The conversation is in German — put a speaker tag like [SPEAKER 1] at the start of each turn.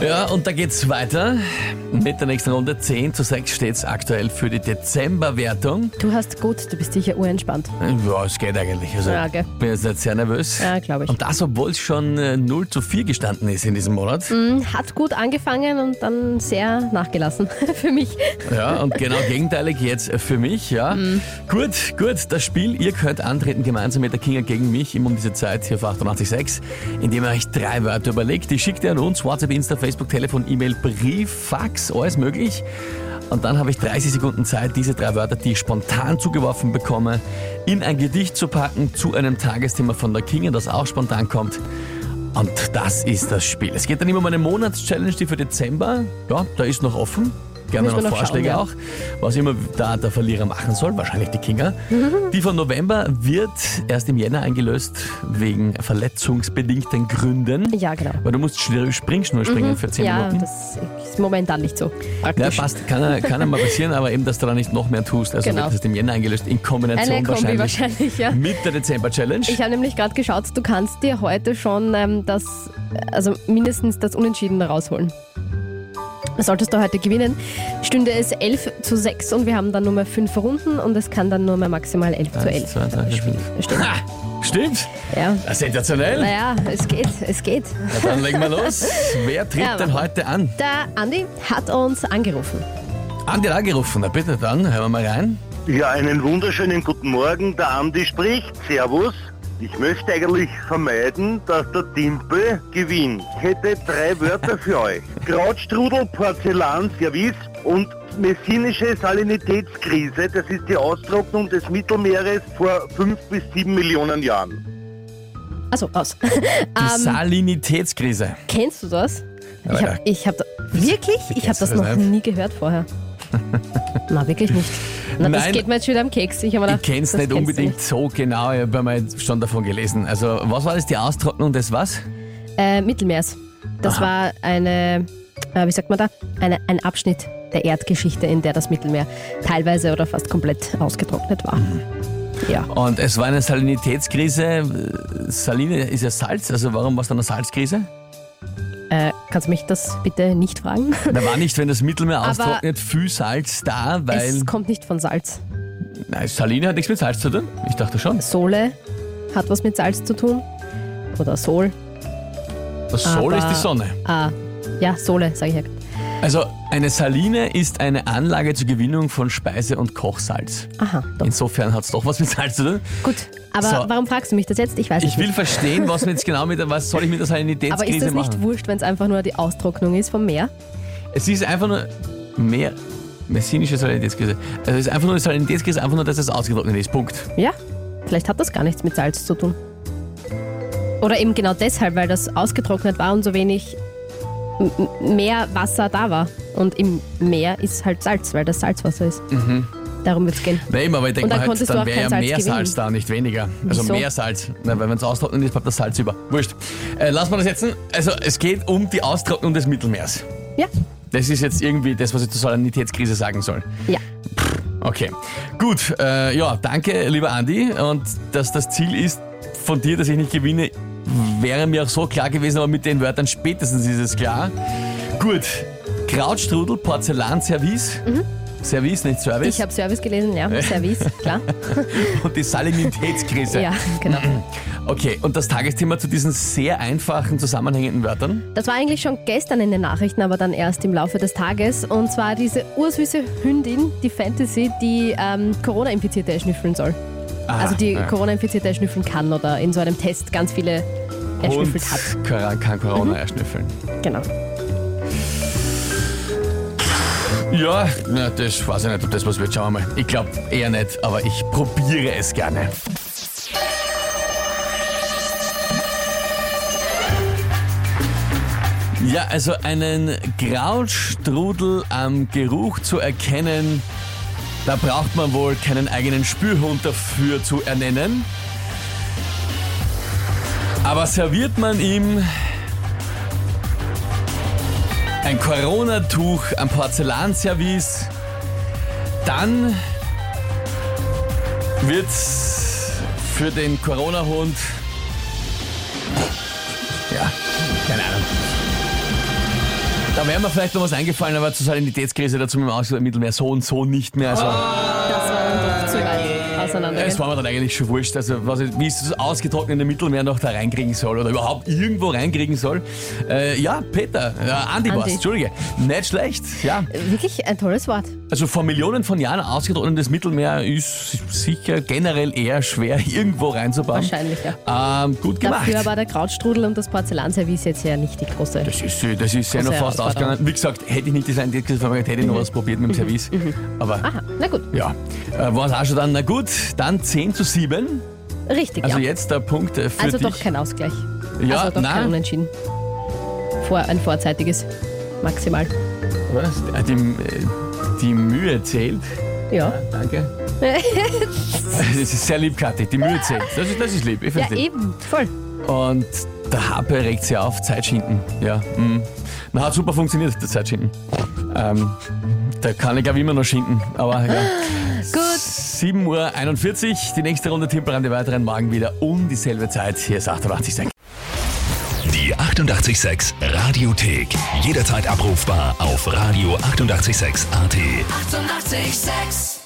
[SPEAKER 1] Ja, und da geht's weiter mit der nächsten Runde. 10 zu 6 steht's aktuell für die Dezemberwertung.
[SPEAKER 2] Du hast gut, du bist sicher urentspannt.
[SPEAKER 1] Ja, es geht eigentlich. Also,
[SPEAKER 2] Ja, gell.
[SPEAKER 1] Ich bin jetzt nicht sehr nervös.
[SPEAKER 2] Ja, glaube ich.
[SPEAKER 1] Und das, obwohl es schon äh, 0 zu 4 gestanden ist in diesem Monat.
[SPEAKER 2] Hm, Hat gut angefangen und dann sehr nachgelassen für mich.
[SPEAKER 1] Ja, und genau gegenteilig jetzt für mich, ja. Gut, gut, das Spiel, ihr könnt antreten gemeinsam mit der Kinga gegen mich, immer um diese Zeit hier auf 886, indem ihr euch drei Wörter überlegt. Die schickt ihr an uns, WhatsApp, Insta, Facebook, Telefon, E-Mail, Brief, Fax, alles möglich. Und dann habe ich 30 Sekunden Zeit, diese drei Wörter, die ich spontan zugeworfen bekomme, in ein Gedicht zu packen, zu einem Tagesthema von der Kinga, das auch spontan kommt. Und das ist das Spiel. Es geht dann immer um eine Monatschallenge, die für Dezember, ja, da ist noch offen. Gerne
[SPEAKER 2] Müssen
[SPEAKER 1] noch
[SPEAKER 2] wir noch
[SPEAKER 1] Vorschläge
[SPEAKER 2] schauen, ja.
[SPEAKER 1] auch, was immer da der Verlierer machen soll, wahrscheinlich die Kinga. Die von November wird erst im Jänner eingelöst wegen verletzungsbedingten Gründen.
[SPEAKER 2] Ja, genau.
[SPEAKER 1] Weil du musst Schri- Springschnur springen für 10
[SPEAKER 2] ja,
[SPEAKER 1] Minuten.
[SPEAKER 2] das ist momentan nicht so.
[SPEAKER 1] Ja,
[SPEAKER 2] Praktisch.
[SPEAKER 1] passt, kann, ja- kann ja mal passieren, aber eben, dass du da nicht noch mehr tust. Also
[SPEAKER 2] Genau.
[SPEAKER 1] wird das im Jänner eingelöst, in Kombination
[SPEAKER 2] Eine Kombi
[SPEAKER 1] wahrscheinlich
[SPEAKER 2] wahrscheinlich, ja.
[SPEAKER 1] mit der Dezember-Challenge.
[SPEAKER 2] Ich habe nämlich gerade geschaut, du kannst dir heute schon ähm, das, also mindestens das Unentschiedene rausholen. Solltest du heute gewinnen, stünde es 11 zu 6 und wir haben dann nur mehr 5 Runden und es kann dann nur mehr maximal 11 zu
[SPEAKER 1] Eins,
[SPEAKER 2] 11.
[SPEAKER 1] zwei, drei, vier,
[SPEAKER 2] Spiel-
[SPEAKER 1] fünf.
[SPEAKER 2] stehen.
[SPEAKER 1] Ha, stimmt,
[SPEAKER 2] Ja.
[SPEAKER 1] Ja, sensationell.
[SPEAKER 2] Naja, es geht, es geht.
[SPEAKER 1] Ja, dann legen wir los. Wer tritt
[SPEAKER 2] Ja,
[SPEAKER 1] denn
[SPEAKER 2] machen wir.
[SPEAKER 1] heute an?
[SPEAKER 2] Der Andi hat uns angerufen.
[SPEAKER 1] Andi hat angerufen, na bitte dann, hören wir mal rein.
[SPEAKER 3] Ja, einen wunderschönen guten Morgen. Der Andi spricht. Servus. Ich möchte eigentlich vermeiden, dass der Timpel gewinnt. Ich hätte drei Wörter für euch. Krautstrudel, Porzellan, Service und messinische Salinitätskrise. Das ist die Austrocknung des Mittelmeeres vor fünf bis sieben Millionen Jahren.
[SPEAKER 2] Also aus.
[SPEAKER 1] Die
[SPEAKER 2] Ähm,
[SPEAKER 1] Salinitätskrise.
[SPEAKER 2] Kennst du das?
[SPEAKER 1] Ja,
[SPEAKER 2] ich
[SPEAKER 1] ja.
[SPEAKER 2] habe ich hab da, wirklich? Ich habe
[SPEAKER 1] kennst du
[SPEAKER 2] das
[SPEAKER 1] das
[SPEAKER 2] noch
[SPEAKER 1] nicht?
[SPEAKER 2] nie gehört vorher. Na, wirklich nicht. Na,
[SPEAKER 1] Nein.
[SPEAKER 2] das geht mir jetzt schon wieder am Keks. Ich, hab mir
[SPEAKER 1] Ich
[SPEAKER 2] gedacht,
[SPEAKER 1] kenn's
[SPEAKER 2] das
[SPEAKER 1] nicht
[SPEAKER 2] kennst du
[SPEAKER 1] unbedingt so genau, ich habe einmal schon davon gelesen. Also, was war das, die Austrocknung des was?
[SPEAKER 2] Äh, Mittelmeers. Das
[SPEAKER 1] Aha.
[SPEAKER 2] war eine, äh, wie sagt man da, eine, ein Abschnitt der Erdgeschichte, in der das Mittelmeer teilweise oder fast komplett ausgetrocknet war.
[SPEAKER 1] Mhm.
[SPEAKER 2] Ja.
[SPEAKER 1] Und es war eine Salinitätskrise. Saline ist ja Salz, also warum war es dann eine Salzkrise?
[SPEAKER 2] Äh, kannst du mich das bitte nicht fragen?
[SPEAKER 1] Da war nicht, wenn das Mittelmeer
[SPEAKER 2] Aber
[SPEAKER 1] austrocknet, viel Salz da, weil.
[SPEAKER 2] Es kommt nicht von Salz.
[SPEAKER 1] Nein, Saline hat nichts mit Salz zu tun. Ich dachte schon.
[SPEAKER 2] Sole hat was mit Salz zu tun. Oder Sol.
[SPEAKER 1] Das Sol
[SPEAKER 2] Aber-
[SPEAKER 1] ist die Sonne.
[SPEAKER 2] Ah, ja, Sole, sage ich ja.
[SPEAKER 1] Also, eine Saline ist eine Anlage zur Gewinnung von Speise- und Kochsalz.
[SPEAKER 2] Aha, doch.
[SPEAKER 1] Insofern hat's doch was mit Salz zu tun.
[SPEAKER 2] Gut. Aber
[SPEAKER 1] So.
[SPEAKER 2] warum fragst du mich das jetzt? Ich weiß es
[SPEAKER 1] Ich will
[SPEAKER 2] nicht.
[SPEAKER 1] verstehen, was wir jetzt genau mit der, was soll ich mit der
[SPEAKER 2] Aber ist
[SPEAKER 1] Salinitätskrise
[SPEAKER 2] das nicht
[SPEAKER 1] machen?
[SPEAKER 2] wurscht, wenn es einfach nur die Austrocknung ist vom Meer?
[SPEAKER 1] Es ist einfach nur mehr messinische Salinitätskrise. Also es ist einfach nur eine Salinitätskrise, einfach nur, dass es ausgetrocknet ist. Punkt.
[SPEAKER 2] Ja, vielleicht hat das gar nichts mit Salz zu tun. Oder eben genau deshalb, weil das ausgetrocknet war und so wenig m- m- mehr Wasser da war. Und im Meer ist halt Salz, weil das Salzwasser ist.
[SPEAKER 1] Mhm.
[SPEAKER 2] Darum wird es gehen.
[SPEAKER 1] Na eben, aber ich denke
[SPEAKER 2] Und dann
[SPEAKER 1] mir halt,
[SPEAKER 2] konntest du
[SPEAKER 1] dann
[SPEAKER 2] auch
[SPEAKER 1] wäre ja
[SPEAKER 2] kein Salz
[SPEAKER 1] mehr
[SPEAKER 2] gewinnen.
[SPEAKER 1] Salz da, nicht weniger. Also
[SPEAKER 2] Wieso?
[SPEAKER 1] mehr Salz. Na, weil wenn es austrocknet ist, bleibt das Salz über. Wurscht. Äh, lass mal das jetzt. Also es geht um die Austrocknung des Mittelmeers.
[SPEAKER 2] Ja,
[SPEAKER 1] Das ist jetzt irgendwie das, was ich zur Salinitätskrise sagen soll.
[SPEAKER 2] ja.
[SPEAKER 1] Okay. Gut, äh, ja, danke, lieber Andi. Und dass das Ziel ist von dir, dass ich nicht gewinne, wäre mir auch so klar gewesen, aber mit den Wörtern spätestens ist es klar. Gut. Krautstrudel, Porzellan, Service.
[SPEAKER 2] Mhm.
[SPEAKER 1] Service, nicht Service.
[SPEAKER 2] Ich habe Service gelesen, ja, Service, klar.
[SPEAKER 1] Und die Salinitätskrise.
[SPEAKER 2] Ja, genau.
[SPEAKER 1] Okay, und das Tagesthema zu diesen sehr einfachen, zusammenhängenden Wörtern.
[SPEAKER 2] Das war eigentlich schon gestern in den Nachrichten, aber dann erst im Laufe des Tages. Und zwar diese ursüße Hündin, die Fantasy, die ähm, Corona-Infizierte schnüffeln soll. also die
[SPEAKER 1] Ah, ja.
[SPEAKER 2] Corona-Infizierte erschnüffeln kann oder in so einem Test ganz viele
[SPEAKER 1] Und
[SPEAKER 2] erschnüffelt hat.
[SPEAKER 1] kann kann Corona erschnüffeln.
[SPEAKER 2] Genau.
[SPEAKER 1] Ja, na, das weiß ich nicht, ob das was wird. Schauen wir mal. Ich glaube eher nicht, aber ich probiere es gerne. Ja, also einen Grautstrudel am Geruch zu erkennen, da braucht man wohl keinen eigenen Spürhund dafür zu ernennen. Aber serviert man ihm ein Corona-Tuch am Porzellanservice, dann wird's für den Corona-Hund. Ja, keine Ahnung. Da wäre mir vielleicht noch was eingefallen, aber zur Salinitätskrise dazu mit dem Ausland im Mittelmeer so und so nicht mehr. Also,
[SPEAKER 2] Das war dann doch zu weit auseinander.
[SPEAKER 1] Es war mir dann eigentlich schon wurscht, also was, ich- wie ich das ausgetrocknete Mittelmeer noch da reinkriegen soll oder überhaupt irgendwo reinkriegen soll. Äh, ja, Peter, äh, Andi war's,
[SPEAKER 2] Andi.
[SPEAKER 1] Entschuldige. Nicht schlecht, ja.
[SPEAKER 2] Wirklich ein tolles Wort.
[SPEAKER 1] Also vor Millionen von Jahren ausgetrocknetes Mittelmeer ist sicher generell eher schwer irgendwo reinzubauen.
[SPEAKER 2] Wahrscheinlich,
[SPEAKER 1] Ähm, gut gemacht.
[SPEAKER 2] Dafür war der Krautstrudel und das Porzellanservice jetzt ja nicht die große.
[SPEAKER 1] das ist, äh, das ist ja noch
[SPEAKER 2] Große
[SPEAKER 1] fast
[SPEAKER 2] Herausforderung.
[SPEAKER 1] ausgegangen. Wie gesagt, hätte ich nicht die Sanitätskrise verwendet, hätte ich noch was probiert mit dem Service. Aber
[SPEAKER 2] Mhm. Aha, na gut,
[SPEAKER 1] ja, äh, war es auch schon dann. Na gut, dann 10 zu 7.
[SPEAKER 2] richtig,
[SPEAKER 1] Also
[SPEAKER 2] ja.
[SPEAKER 1] jetzt der Punkt äh, für
[SPEAKER 2] Also
[SPEAKER 1] dich.
[SPEAKER 2] doch kein Ausgleich.
[SPEAKER 1] Ja,
[SPEAKER 2] also doch
[SPEAKER 1] nein.
[SPEAKER 2] kein Unentschieden. Vor, ein vorzeitiges. Maximal.
[SPEAKER 1] Was? Äh, Die, äh, die Mühe zählt.
[SPEAKER 2] Ja.
[SPEAKER 1] Danke. Äh, Das ist sehr lieb, Kathi. Die Mühe zählt. Das ist, das ist lieb. Ich
[SPEAKER 2] Ja,
[SPEAKER 1] verstehe.
[SPEAKER 2] eben. Voll.
[SPEAKER 1] Und der Hape regt sie auf, Zeitschinken. Ja, mm. Na, hat super funktioniert, der Zeitschinken. Ähm, da kann ich glaube immer noch schinken, aber ja.
[SPEAKER 2] Gut.
[SPEAKER 1] 7.41 Uhr, die nächste Runde Timpelreim, die weiteren morgen wieder um dieselbe Zeit. Hier ist 88.6.
[SPEAKER 4] Die 886 Radiothek. Jederzeit abrufbar auf radio886.at. 886!
[SPEAKER 5] 886